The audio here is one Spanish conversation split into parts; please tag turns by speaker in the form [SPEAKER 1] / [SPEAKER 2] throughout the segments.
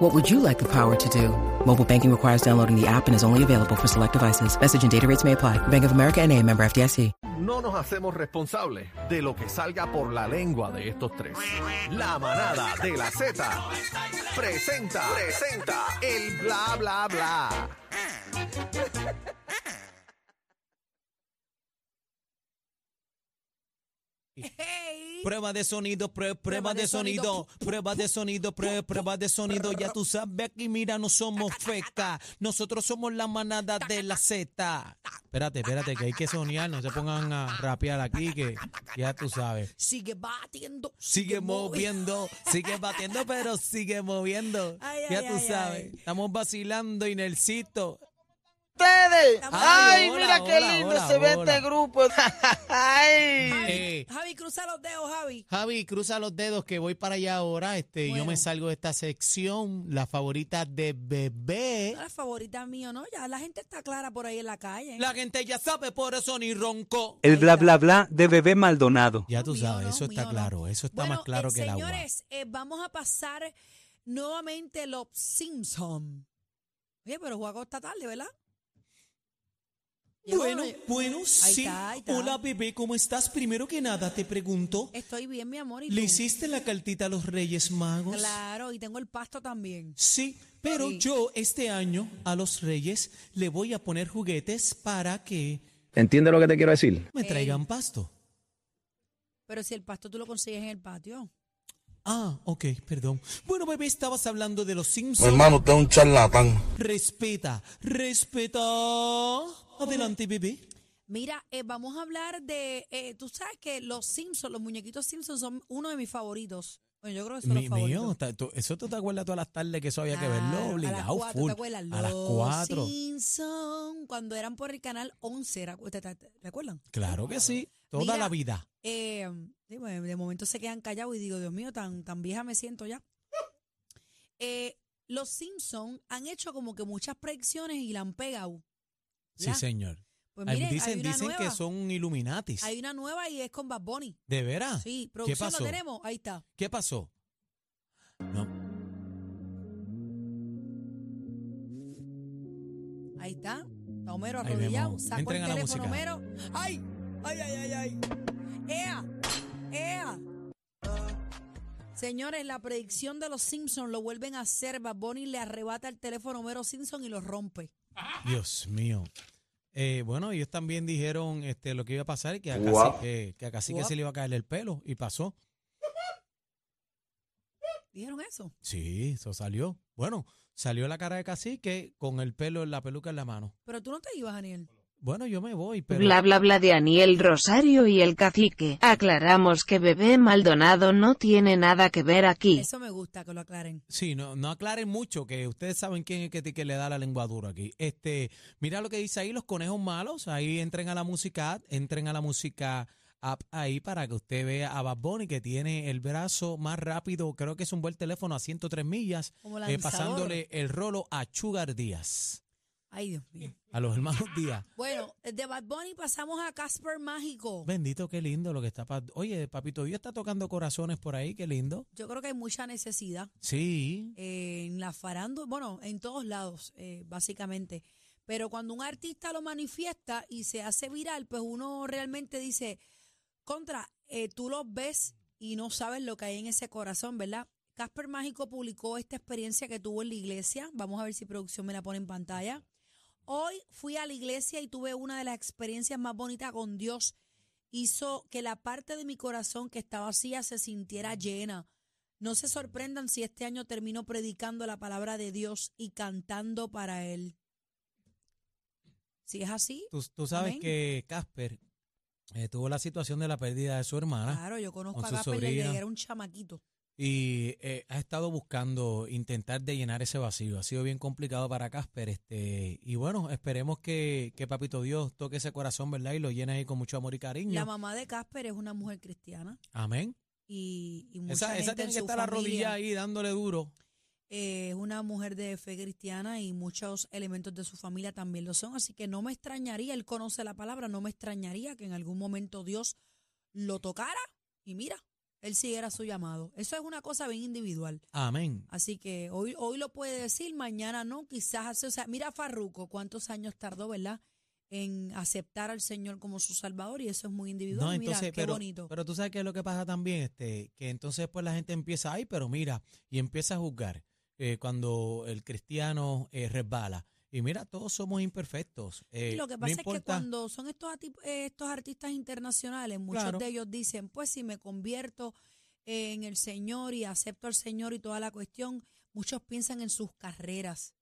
[SPEAKER 1] What would you like the power to do? Mobile banking requires downloading the app and is only available for select devices. Message and data rates may apply. Bank of America and a member FDIC.
[SPEAKER 2] No nos hacemos responsables de lo que salga por la lengua de estos tres. La manada de la Z presenta, presenta el bla bla bla.
[SPEAKER 3] Prueba de sonido, prue- prueba de sonido, prueba de sonido, prue- prueba de sonido. Ya tú sabes aquí, mira, no somos feca. Nosotros somos la manada de la Z. Espérate, espérate, que hay que soñar, no se pongan a rapear aquí, que ya tú sabes.
[SPEAKER 4] Sigue batiendo.
[SPEAKER 3] Sigue moviendo, sigue batiendo, pero sigue moviendo.
[SPEAKER 4] Ay, ay,
[SPEAKER 3] Ya tú
[SPEAKER 4] ay,
[SPEAKER 3] sabes.
[SPEAKER 4] ay.
[SPEAKER 3] Estamos vacilando, Inelcito.
[SPEAKER 5] ustedes.
[SPEAKER 3] Ay,
[SPEAKER 5] Ay,
[SPEAKER 3] hola,
[SPEAKER 5] mira qué
[SPEAKER 3] hola,
[SPEAKER 5] lindo
[SPEAKER 3] hola,
[SPEAKER 5] se ve
[SPEAKER 3] hola.
[SPEAKER 5] este grupo. Ay.
[SPEAKER 3] Eh,
[SPEAKER 4] Javi, cruza los dedos, Javi.
[SPEAKER 3] Javi, cruza los dedos que voy para allá ahora. Este, Yo me
[SPEAKER 4] Bueno.
[SPEAKER 3] salgo de esta sección, la favorita de
[SPEAKER 6] ¿Eh?
[SPEAKER 3] bebé.
[SPEAKER 4] No es favorita mío, ¿no? Ya la gente está clara por ahí en la calle.
[SPEAKER 3] La gente ya sabe, por eso ni ronco.
[SPEAKER 6] El bla bla bla de bebé Maldonado.
[SPEAKER 3] Ya
[SPEAKER 4] No,
[SPEAKER 3] tú
[SPEAKER 4] mío
[SPEAKER 3] sabes,
[SPEAKER 4] no,
[SPEAKER 3] eso está
[SPEAKER 4] mío no.
[SPEAKER 3] claro, eso está
[SPEAKER 4] Bueno,
[SPEAKER 3] más claro
[SPEAKER 4] eh,
[SPEAKER 3] que el agua.
[SPEAKER 4] señores, eh, vamos a pasar nuevamente los Simpsons. Oye, pero Juaco está tarde, ¿verdad? Llegó,
[SPEAKER 3] Bueno,
[SPEAKER 4] ¿no? Ahí
[SPEAKER 3] bueno, sí.
[SPEAKER 4] está, ahí está.
[SPEAKER 3] Hola, bebé, ¿cómo estás? Primero que nada, te pregunto,
[SPEAKER 4] Estoy bien, mi amor. ¿y tú?
[SPEAKER 3] ¿le hiciste la cartita a los Reyes Magos?
[SPEAKER 4] Claro, y tengo el pasto también.
[SPEAKER 3] Sí, pero
[SPEAKER 4] Sí.
[SPEAKER 3] yo este año a los Reyes le voy a poner juguetes para que
[SPEAKER 7] ¿Entiendes lo que te quiero decir?
[SPEAKER 3] me traigan pasto.
[SPEAKER 4] Pero si el pasto tú lo consigues en el patio.
[SPEAKER 3] Ah, ok, perdón. Bueno, bebé, estabas hablando de los Simpsons.
[SPEAKER 8] hermano, usted es un charlatán.
[SPEAKER 3] Respeta, respeta. Adelante, bebé.
[SPEAKER 4] Mira, eh, vamos a hablar de. eh, tú sabes que los Simpsons, los muñequitos Simpsons, son uno de mis favoritos. Bueno, yo creo que son
[SPEAKER 3] Mi,
[SPEAKER 4] los favoritos.
[SPEAKER 3] mío, ta- tú- eso tú te acuerdas todas las tardes que eso había que verlo
[SPEAKER 4] Claro,
[SPEAKER 3] obligado
[SPEAKER 4] a las 4,
[SPEAKER 3] full.
[SPEAKER 4] ¿te acuerdas?
[SPEAKER 3] a las
[SPEAKER 4] Los
[SPEAKER 3] 4.
[SPEAKER 4] Simpson, cuando eran por el canal 11, ¿era- ¿te, te- te- recuerdan?
[SPEAKER 3] Claro que sí, toda
[SPEAKER 4] Mira,
[SPEAKER 3] la vida.
[SPEAKER 4] Eh, sí, bueno, de momento se quedan callados y digo, Dios mío, tan, tan vieja me siento ya. Eh, los Simpson han hecho como que muchas predicciones y la han pegado.
[SPEAKER 3] Sí,
[SPEAKER 4] ¿ya?
[SPEAKER 3] señor.
[SPEAKER 4] Pues
[SPEAKER 3] Ay,
[SPEAKER 4] miren, hay
[SPEAKER 3] dicen
[SPEAKER 4] una
[SPEAKER 3] dicen
[SPEAKER 4] nueva.
[SPEAKER 3] que son Illuminatis.
[SPEAKER 4] Hay una nueva y es con Bad Bunny.
[SPEAKER 3] ¿De veras?
[SPEAKER 4] Sí,
[SPEAKER 3] ¿Qué
[SPEAKER 4] producción
[SPEAKER 3] pasó?
[SPEAKER 4] lo tenemos, ahí está.
[SPEAKER 3] ¿Qué pasó? No.
[SPEAKER 4] Ahí está. Está Homero
[SPEAKER 3] Ahí
[SPEAKER 4] arrodillado.
[SPEAKER 3] vemos.
[SPEAKER 4] Sacó
[SPEAKER 3] Entren
[SPEAKER 4] el
[SPEAKER 3] a la
[SPEAKER 4] teléfono,
[SPEAKER 3] música.
[SPEAKER 4] Homero. ¡Ay! ¡Ay, ay, ay, ay! ¡Ea! ¡Ea! Señores, la predicción de los Simpsons lo vuelven a hacer. Bad Bunny le arrebata el teléfono a Homero Simpson y lo rompe.
[SPEAKER 3] Dios mío. Eh, bueno, ellos también dijeron este, lo que iba a pasar y que a
[SPEAKER 7] Guap.
[SPEAKER 3] casi que, a Cacique
[SPEAKER 4] Guap.
[SPEAKER 3] se le iba a caer el pelo y pasó.
[SPEAKER 4] ¿Dijeron eso?
[SPEAKER 3] Sí, eso salió. Bueno, salió la cara de cacique con el pelo, la peluca en la mano.
[SPEAKER 4] Pero tú no te ibas, Daniel.
[SPEAKER 3] Bueno, yo me voy, pero...
[SPEAKER 9] Bla bla bla de Aniel Rosario y el cacique. Aclaramos que Bebé Maldonado no tiene nada que ver aquí.
[SPEAKER 4] Eso me gusta que lo aclaren.
[SPEAKER 3] Sí, no, no aclaren mucho, que ustedes saben quién es que, que le da la lengua dura aquí. Este, mira lo que dice ahí, los conejos malos. Ahí entren a la música, app, entren a la música app ahí para que usted vea a Bad Bunny que tiene el brazo más rápido, creo que es un buen teléfono a 103 millas,
[SPEAKER 4] Como
[SPEAKER 3] eh,
[SPEAKER 4] lanzador.
[SPEAKER 3] pasándole el rolo a Chugar Díaz,
[SPEAKER 4] Ay, Dios mío.
[SPEAKER 3] a los hermanos Díaz.
[SPEAKER 4] Bueno, de Bad Bunny pasamos a Casper Mágico.
[SPEAKER 3] Bendito, qué lindo lo que está. pa- Oye, papito, Dios está tocando corazones por ahí, qué lindo.
[SPEAKER 4] Yo creo que hay mucha necesidad.
[SPEAKER 3] Sí,
[SPEAKER 4] eh, en la farándula, bueno, en todos lados, eh, básicamente. Pero cuando un artista lo manifiesta y se hace viral, pues uno realmente dice, contra, eh, tú lo ves y no sabes lo que hay en ese corazón, ¿verdad? Casper Mágico publicó esta experiencia que tuvo en la iglesia. Vamos a ver si producción me la pone en pantalla. Hoy fui a la iglesia y tuve una de las experiencias más bonitas con Dios. Hizo que la parte de mi corazón que estaba vacía se sintiera llena. No se sorprendan si este año termino predicando la palabra de Dios y cantando para Él. Si es así,
[SPEAKER 3] tú, tú sabes
[SPEAKER 4] Amén.
[SPEAKER 3] que Casper eh, tuvo la situación de la pérdida de su hermana.
[SPEAKER 4] claro, yo conozco
[SPEAKER 3] con
[SPEAKER 4] a
[SPEAKER 3] su
[SPEAKER 4] Gasper desde
[SPEAKER 3] sobrina.
[SPEAKER 4] que era un chamaquito.
[SPEAKER 3] Y eh, ha estado buscando intentar de llenar ese vacío. Ha sido bien complicado para Casper. Este, y bueno, esperemos que, que Papito Dios toque ese corazón, ¿verdad? Y lo llene ahí con mucho amor y
[SPEAKER 4] La
[SPEAKER 3] cariño.
[SPEAKER 4] mamá de Casper es una mujer cristiana
[SPEAKER 3] Amén.
[SPEAKER 4] y, y mucha
[SPEAKER 3] Esa, esa
[SPEAKER 4] gente en
[SPEAKER 3] tiene que
[SPEAKER 4] su
[SPEAKER 3] estar la
[SPEAKER 4] familia,
[SPEAKER 3] rodilla ahí dándole duro.
[SPEAKER 4] eh, es una mujer de fe cristiana y muchos elementos de su familia también lo son. Así que no me extrañaría, él conoce la palabra, no me extrañaría que en algún momento Dios lo tocara y mira, él siguiera su llamado. Eso es una cosa bien individual.
[SPEAKER 3] Amén.
[SPEAKER 4] Así que hoy, hoy lo puede decir, mañana no, quizás hace, o sea, mira Farruco, cuántos años tardó, ¿verdad? En aceptar al Señor como su Salvador y eso es muy individual.
[SPEAKER 3] No,
[SPEAKER 4] Y mira,
[SPEAKER 3] entonces,
[SPEAKER 4] qué
[SPEAKER 3] pero,
[SPEAKER 4] bonito.
[SPEAKER 3] pero tú sabes qué es lo que pasa también, este, que entonces pues la gente empieza, ay, pero mira, y empieza a juzgar eh, cuando el cristiano eh, resbala. Y mira, todos somos imperfectos. eh,
[SPEAKER 4] Y lo que
[SPEAKER 3] no
[SPEAKER 4] pasa es que
[SPEAKER 3] importa-
[SPEAKER 4] cuando son estos, ati- eh, estos artistas internacionales, muchos
[SPEAKER 3] Claro.
[SPEAKER 4] de ellos dicen, pues si me convierto en el Señor y acepto al Señor y toda la cuestión, muchos piensan en sus carreras.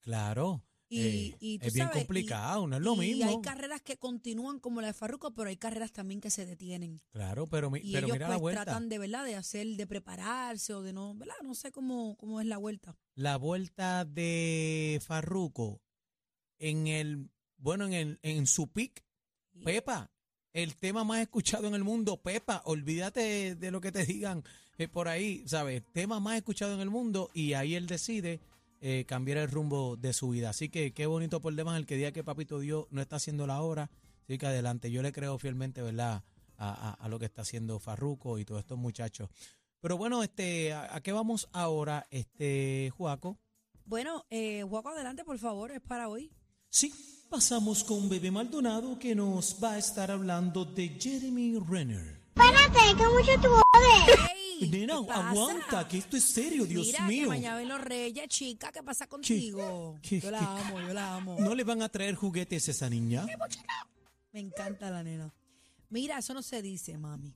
[SPEAKER 3] Claro,
[SPEAKER 4] Y,
[SPEAKER 3] eh,
[SPEAKER 4] y tú
[SPEAKER 3] es bien
[SPEAKER 4] sabes, y-
[SPEAKER 3] complicado, no es lo
[SPEAKER 4] y hay
[SPEAKER 3] mismo.
[SPEAKER 4] carreras que continúan como la de Farruko, pero hay carreras también que se detienen.
[SPEAKER 3] Claro, pero, mi-
[SPEAKER 4] Y
[SPEAKER 3] Eh, pero
[SPEAKER 4] ellos
[SPEAKER 3] mira la
[SPEAKER 4] pues
[SPEAKER 3] vuelta.
[SPEAKER 4] tratan de, ¿verdad? De hacer, de prepararse o de no, ¿verdad? No sé cómo, cómo es la vuelta.
[SPEAKER 3] La vuelta de Farruco en el, bueno, en, el, en su pick, Pepa, el tema más escuchado en el mundo, Pepa, olvídate de, de lo que te digan eh, por ahí, ¿sabes? Tema más escuchado en el mundo y ahí él decide eh, cambiar el rumbo de su vida. Así que qué bonito por demás el que diga que Papito Dios no está haciendo la obra. Así que adelante, yo le creo fielmente, ¿verdad? A, a- a lo que está haciendo Farruco y todos estos muchachos. Pero bueno, este, ¿a, a qué vamos ahora, este, Juaco?
[SPEAKER 4] Bueno, eh, Juaco, adelante, por favor, es para hoy.
[SPEAKER 3] Sí, pasamos con Bebé Maldonado que nos va a estar hablando de Jeremy Renner.
[SPEAKER 4] ¡Ey!
[SPEAKER 3] Nena,
[SPEAKER 4] ¿qué pasa?
[SPEAKER 3] aguanta, que esto es serio, Dios
[SPEAKER 4] Mira, que
[SPEAKER 3] mío.
[SPEAKER 4] mañana ven los reyes, chica, ¿qué pasa contigo?
[SPEAKER 3] ¿Qué?
[SPEAKER 4] Yo la
[SPEAKER 3] ¿Qué?
[SPEAKER 4] amo, yo la amo.
[SPEAKER 3] ¿No le van a traer juguetes a esa niña?
[SPEAKER 4] Me encanta la nena. Mira, eso no se dice, mami.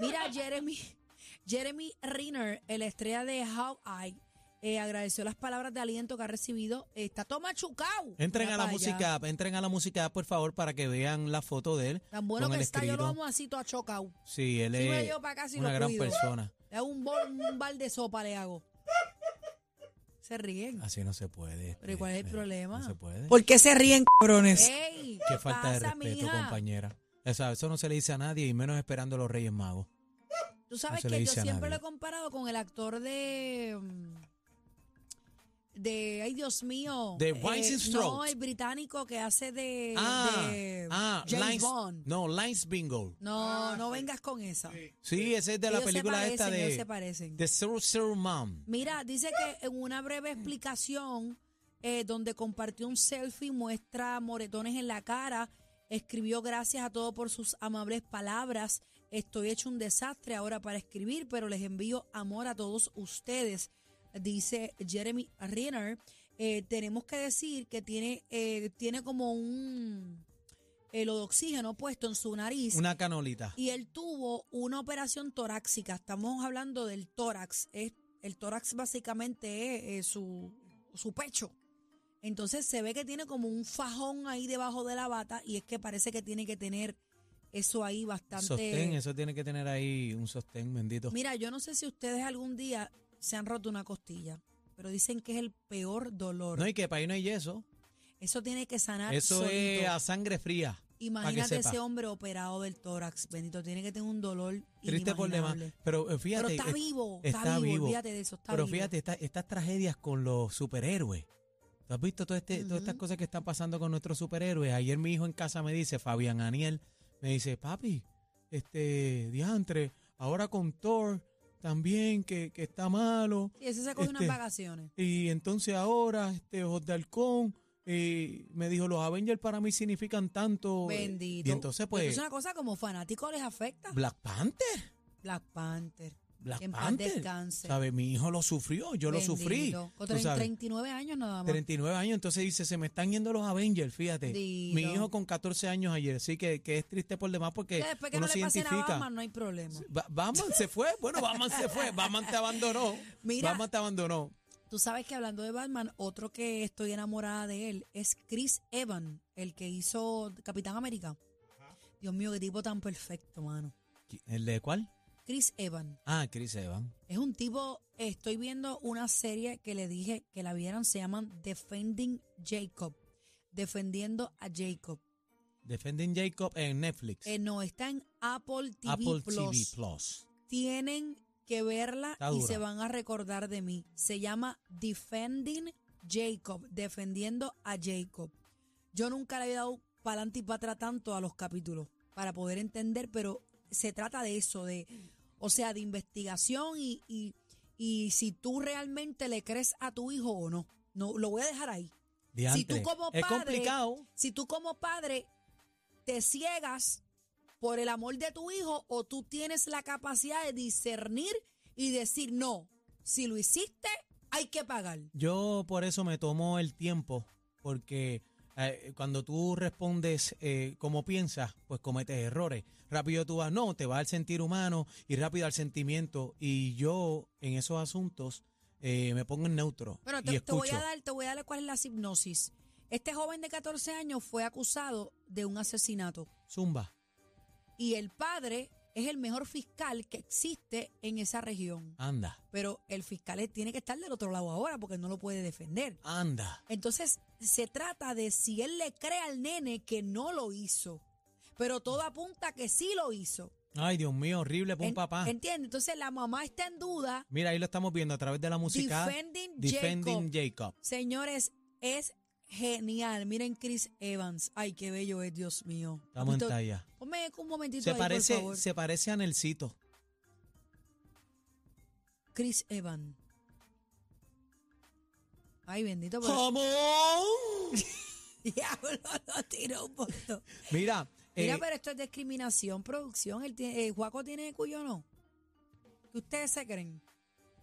[SPEAKER 4] Mira, Jeremy, Jeremy Renner, el estrella de How I, eh, agradeció las palabras de aliento que ha recibido. Está toma chucao.
[SPEAKER 3] Entren
[SPEAKER 4] Mira
[SPEAKER 3] a la
[SPEAKER 4] para allá.
[SPEAKER 3] música, app, entren a la música, app, por favor, para que vean la foto de él.
[SPEAKER 4] Tan bueno
[SPEAKER 3] con
[SPEAKER 4] que
[SPEAKER 3] el
[SPEAKER 4] está, yo
[SPEAKER 3] escrito.
[SPEAKER 4] lo amo así, todo chocao.
[SPEAKER 3] Sí, él
[SPEAKER 4] Sí, me
[SPEAKER 3] es
[SPEAKER 4] llevo pa' acá si
[SPEAKER 3] una
[SPEAKER 4] lo
[SPEAKER 3] gran
[SPEAKER 4] cuido.
[SPEAKER 3] persona.
[SPEAKER 4] Le hago un bol, un bal de sopa, le hago. Se ríen.
[SPEAKER 3] Así no se puede.
[SPEAKER 4] Pero ¿y cuál es el
[SPEAKER 3] este,
[SPEAKER 4] problema?
[SPEAKER 3] No se puede.
[SPEAKER 7] ¿Por qué se ríen, cabrones?
[SPEAKER 4] Ey,
[SPEAKER 3] Qué falta de
[SPEAKER 4] pasa,
[SPEAKER 3] respeto,
[SPEAKER 4] mija?
[SPEAKER 3] compañera. Eso, eso no se le dice a nadie y menos esperando a los Reyes Magos.
[SPEAKER 4] Tú sabes
[SPEAKER 3] se le
[SPEAKER 4] que yo
[SPEAKER 3] dice a
[SPEAKER 4] siempre lo
[SPEAKER 3] nadie.
[SPEAKER 4] he comparado con el actor de. mm, De. Ay, Dios mío.
[SPEAKER 3] De
[SPEAKER 4] eh,
[SPEAKER 3] Winston
[SPEAKER 4] No,
[SPEAKER 3] Strokes. Ah,
[SPEAKER 4] el británico que hace de. Eh, de James
[SPEAKER 3] Lines,
[SPEAKER 4] Bond.
[SPEAKER 3] No, Lines Bingo.
[SPEAKER 4] No, no vengas con esa.
[SPEAKER 3] Sí, ese es de la
[SPEAKER 4] Ellos se
[SPEAKER 3] película
[SPEAKER 4] parecen,
[SPEAKER 3] esta
[SPEAKER 4] ellos se
[SPEAKER 3] de
[SPEAKER 4] parecen.
[SPEAKER 3] The Sorcerer Mom.
[SPEAKER 4] Mira, dice que en una breve explicación eh, donde compartió un selfie, muestra moretones en la cara, escribió gracias a todo por sus amables palabras, estoy hecho un desastre ahora para escribir, pero les envío amor a todos ustedes, dice Jeremy Renner. Eh, tenemos que decir que tiene, eh, tiene como un... eh, lo de oxígeno puesto en su nariz
[SPEAKER 3] Una canolita.
[SPEAKER 4] y él tuvo una operación torácica. Estamos hablando del tórax. Es, el tórax básicamente es eh, su, su pecho. Entonces se ve que tiene como un fajón ahí debajo de la bata y es que parece que tiene que tener eso ahí bastante...
[SPEAKER 3] Sostén, eso tiene que tener ahí un sostén, bendito.
[SPEAKER 4] Mira, yo no sé si ustedes algún día se han roto una costilla, pero dicen que es el peor dolor.
[SPEAKER 3] No, y que para ahí no hay yeso.
[SPEAKER 4] eso tiene que sanar.
[SPEAKER 3] Eso es
[SPEAKER 4] solito.
[SPEAKER 3] a sangre fría.
[SPEAKER 4] Imagínate
[SPEAKER 3] sepa.
[SPEAKER 4] ese hombre operado del tórax, bendito, tiene que tener un dolor
[SPEAKER 3] Triste por demás.
[SPEAKER 4] inimaginable.
[SPEAKER 3] Pero eh, fíjate.
[SPEAKER 4] Pero está
[SPEAKER 3] es-
[SPEAKER 4] vivo, está,
[SPEAKER 3] está
[SPEAKER 4] vivo,
[SPEAKER 3] vivo.
[SPEAKER 4] olvídate de eso, está
[SPEAKER 3] pero
[SPEAKER 4] vivo.
[SPEAKER 3] fíjate, esta- estas tragedias con los superhéroes. ¿Tú has visto todo este, todas estas
[SPEAKER 4] Ujú.
[SPEAKER 3] cosas que están pasando con nuestros superhéroes? Ayer mi hijo en casa me dice, Fabián Aniel, me dice, papi, este, diantre, ahora con Thor también, que, que está malo.
[SPEAKER 4] Sí, ese se coge unas
[SPEAKER 3] Este,
[SPEAKER 4] vacaciones.
[SPEAKER 3] Y entonces ahora, este, Ojos de Halcón, eh, me dijo, los Avengers para mí significan tanto. eh,
[SPEAKER 4] Bendito.
[SPEAKER 3] Y entonces,
[SPEAKER 4] Pero
[SPEAKER 3] pues,
[SPEAKER 4] Es una cosa como fanático les afecta.
[SPEAKER 3] Black Panther.
[SPEAKER 4] Black Panther.
[SPEAKER 3] Black
[SPEAKER 4] Que en paz
[SPEAKER 3] Panther.
[SPEAKER 4] descanse.
[SPEAKER 3] ¿Sabe? Mi hijo lo sufrió, yo
[SPEAKER 4] Bendito.
[SPEAKER 3] lo sufrí.
[SPEAKER 4] Con
[SPEAKER 3] tú
[SPEAKER 4] tre-
[SPEAKER 3] sabes.
[SPEAKER 4] 39 años nada más.
[SPEAKER 3] 39 años, entonces dice, se me están yendo los Avengers, fíjate.
[SPEAKER 4] Dito.
[SPEAKER 3] Mi hijo con 14 años ayer, sí que, que es triste por demás porque
[SPEAKER 4] Ya después que
[SPEAKER 3] uno
[SPEAKER 4] no
[SPEAKER 3] se
[SPEAKER 4] le pase nada a
[SPEAKER 3] identifica.
[SPEAKER 4] Batman, no hay problema.
[SPEAKER 3] Ba- Batman se fue, bueno, Batman se fue, Batman te abandonó.
[SPEAKER 4] Mira.
[SPEAKER 3] Batman te abandonó.
[SPEAKER 4] Tú sabes que hablando de Batman, otro que estoy enamorada de él es Chris Evans, el que hizo Capitán América. Dios mío, qué tipo tan perfecto, mano.
[SPEAKER 3] ¿Qui- ¿El de cuál?
[SPEAKER 4] Chris Evans.
[SPEAKER 3] Ah, Chris Evans.
[SPEAKER 4] Es un tipo, estoy viendo una serie que le dije que la vieran, se llaman Defending Jacob. Defendiendo a Jacob.
[SPEAKER 3] Defending Jacob en Netflix.
[SPEAKER 4] Eh, no, está en Apple TV
[SPEAKER 3] Apple
[SPEAKER 4] Plus.
[SPEAKER 3] TV Plus.
[SPEAKER 4] Tienen que verla
[SPEAKER 3] Está
[SPEAKER 4] y
[SPEAKER 3] dura.
[SPEAKER 4] se van a recordar de mí. Se llama Defending Jacob, defendiendo a Jacob. Yo nunca le había dado para adelante y para atrás tanto a los capítulos para poder entender, pero se trata de eso, de, o sea, de investigación y, y, y si tú realmente le crees a tu hijo o no. No, lo voy a dejar ahí. Si tú
[SPEAKER 3] Diantre,
[SPEAKER 4] como
[SPEAKER 3] es
[SPEAKER 4] padre-
[SPEAKER 3] complicado.
[SPEAKER 4] Si tú como padre te ciegas por el amor de tu hijo o tú tienes la capacidad de discernir y decir, no, si lo hiciste, hay que pagar.
[SPEAKER 3] Yo por eso me tomo el tiempo, porque eh, cuando tú respondes eh, como piensas, pues cometes errores. Rápido tú vas, no, te va al sentir humano y rápido al sentimiento. Y yo en esos asuntos eh, me pongo en neutro
[SPEAKER 4] Bueno,
[SPEAKER 3] y
[SPEAKER 4] te, te
[SPEAKER 3] escucho.
[SPEAKER 4] voy a dar, te voy a dar cuál es la hipnosis. Este joven de 14 años fue acusado de un asesinato
[SPEAKER 3] Zumba.
[SPEAKER 4] y el padre es el mejor fiscal que existe en esa región.
[SPEAKER 3] Anda,
[SPEAKER 4] Pero el fiscal eh, tiene que estar del otro lado ahora porque no lo puede defender.
[SPEAKER 3] anda.
[SPEAKER 4] Entonces, se trata de si él le cree al nene que no lo hizo, pero todo apunta a que sí lo hizo.
[SPEAKER 3] Ay, Dios mío, horrible por un
[SPEAKER 4] En-
[SPEAKER 3] papá.
[SPEAKER 4] ¿Entiende? Entonces, la mamá está en duda.
[SPEAKER 3] Mira, ahí lo estamos viendo a través de la música.
[SPEAKER 4] Defending,
[SPEAKER 3] Defending
[SPEAKER 4] Jacob.
[SPEAKER 3] Jacob.
[SPEAKER 4] Señores, es genial. Miren Chris Evans. Ay, qué bello es, Dios mío.
[SPEAKER 3] Estamos en
[SPEAKER 4] Papito,
[SPEAKER 3] talla.
[SPEAKER 4] Ponme un momentito
[SPEAKER 3] Se
[SPEAKER 4] ahí, por
[SPEAKER 3] parece,
[SPEAKER 4] favor.
[SPEAKER 3] se parece a Nelsito.
[SPEAKER 4] Chris Evans. Ay, bendito. pero-
[SPEAKER 3] Oh. ¡Jamón!
[SPEAKER 4] Diablo, lo tiró un poquito.
[SPEAKER 3] Mira,
[SPEAKER 4] Mira,
[SPEAKER 3] eh,
[SPEAKER 4] pero esto es discriminación, producción. El, tiene, eh, Juaco tiene cuyo no. ¿Qué ustedes se creen?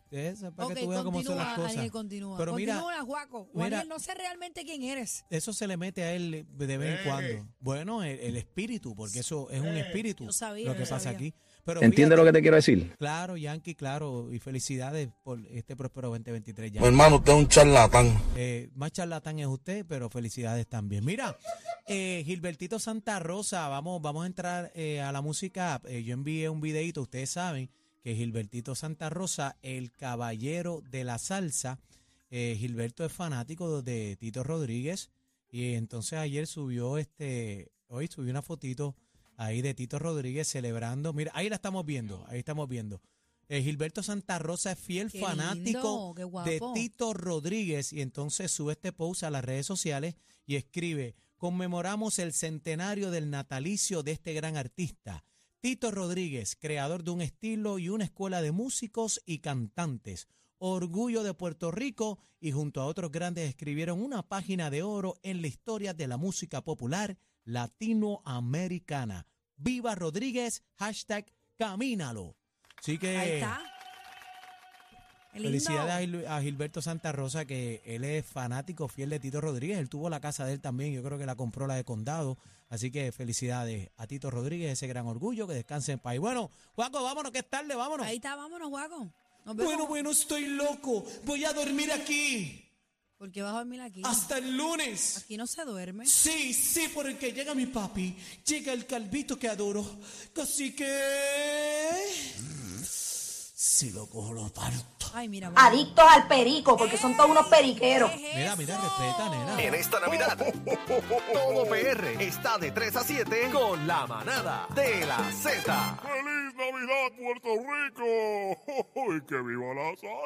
[SPEAKER 3] eh, Eso, para
[SPEAKER 4] Ok,
[SPEAKER 3] que tú veas cómo son las cosas.
[SPEAKER 4] Aniel, continúa.
[SPEAKER 3] Pero mira,
[SPEAKER 4] continúa, Juaco.
[SPEAKER 3] mira-
[SPEAKER 4] Aniel, no sé realmente quién eres.
[SPEAKER 3] Eso se le mete a él de vez en cuando. Bueno, el, el espíritu, porque eso es un espíritu.
[SPEAKER 4] Yo sabía,
[SPEAKER 3] lo
[SPEAKER 4] yo
[SPEAKER 3] que pasa
[SPEAKER 4] sabía.
[SPEAKER 3] aquí. Pero
[SPEAKER 7] ¿Entiendes lo que
[SPEAKER 3] fíjate,
[SPEAKER 7] te quiero decir?
[SPEAKER 3] Claro, Yankee, claro. Y felicidades por este próspero 2023.
[SPEAKER 8] Mi
[SPEAKER 3] Yankee.
[SPEAKER 8] Pues, hermano, usted es un charlatán.
[SPEAKER 3] Eh, más charlatán es usted, pero felicidades también. Mira, eh, Gilbertito Santa Rosa, vamos, vamos a entrar eh, a la música. Eh, yo envié un videito, ustedes saben que Gilbertito Santa Rosa, el caballero de la salsa, eh, Gilberto es fanático de Tito Rodríguez y entonces ayer subió este, hoy subió una fotito ahí de Tito Rodríguez celebrando. Mira, ahí la estamos viendo, ahí estamos viendo. Eh, Gilberto Santa Rosa es fiel
[SPEAKER 4] Qué
[SPEAKER 3] fanático
[SPEAKER 4] lindo, qué guapo.
[SPEAKER 3] de Tito Rodríguez y entonces sube este post a las redes sociales y escribe, conmemoramos el centenario del natalicio de este gran artista. Tito Rodríguez, creador de un estilo y una escuela de músicos y cantantes. Orgullo de Puerto Rico y junto a otros grandes escribieron una página de oro en la historia de la música popular latinoamericana. Viva Rodríguez, hashtag camínalo. Así que
[SPEAKER 4] Ahí está. Qué lindo.
[SPEAKER 3] eh. Felicidades a Gil- a Gilberto Santa Rosa, que él es fanático fiel de Tito Rodríguez. Él tuvo la casa de él también, yo creo que la compró la de condado. Así que felicidades a Tito Rodríguez, ese gran orgullo, que descanse en paz. Y bueno, Juaco, vámonos, que es tarde, vámonos.
[SPEAKER 4] Ahí está, vámonos, Juaco. Nos vemos.
[SPEAKER 3] Bueno, bueno, estoy loco. Voy a dormir aquí
[SPEAKER 4] ¿Por qué vas a dormir aquí?
[SPEAKER 3] hasta el lunes.
[SPEAKER 4] Aquí no se duerme.
[SPEAKER 3] Sí, sí, porque llega mi papi, llega el calvito que adoro. Así que... Si lo cojo, lo parto.
[SPEAKER 4] Ay, mira. Juaco.
[SPEAKER 10] adictos al perico, porque son todos unos periqueros.
[SPEAKER 4] ¿Qué es
[SPEAKER 3] Mira, mira, respeta, nena.
[SPEAKER 2] En esta Navidad, todo PR está de 3 a 7 con la manada de la Z.
[SPEAKER 8] ¡Feliz Navidad, Puerto Rico! ¡Y que viva la sal!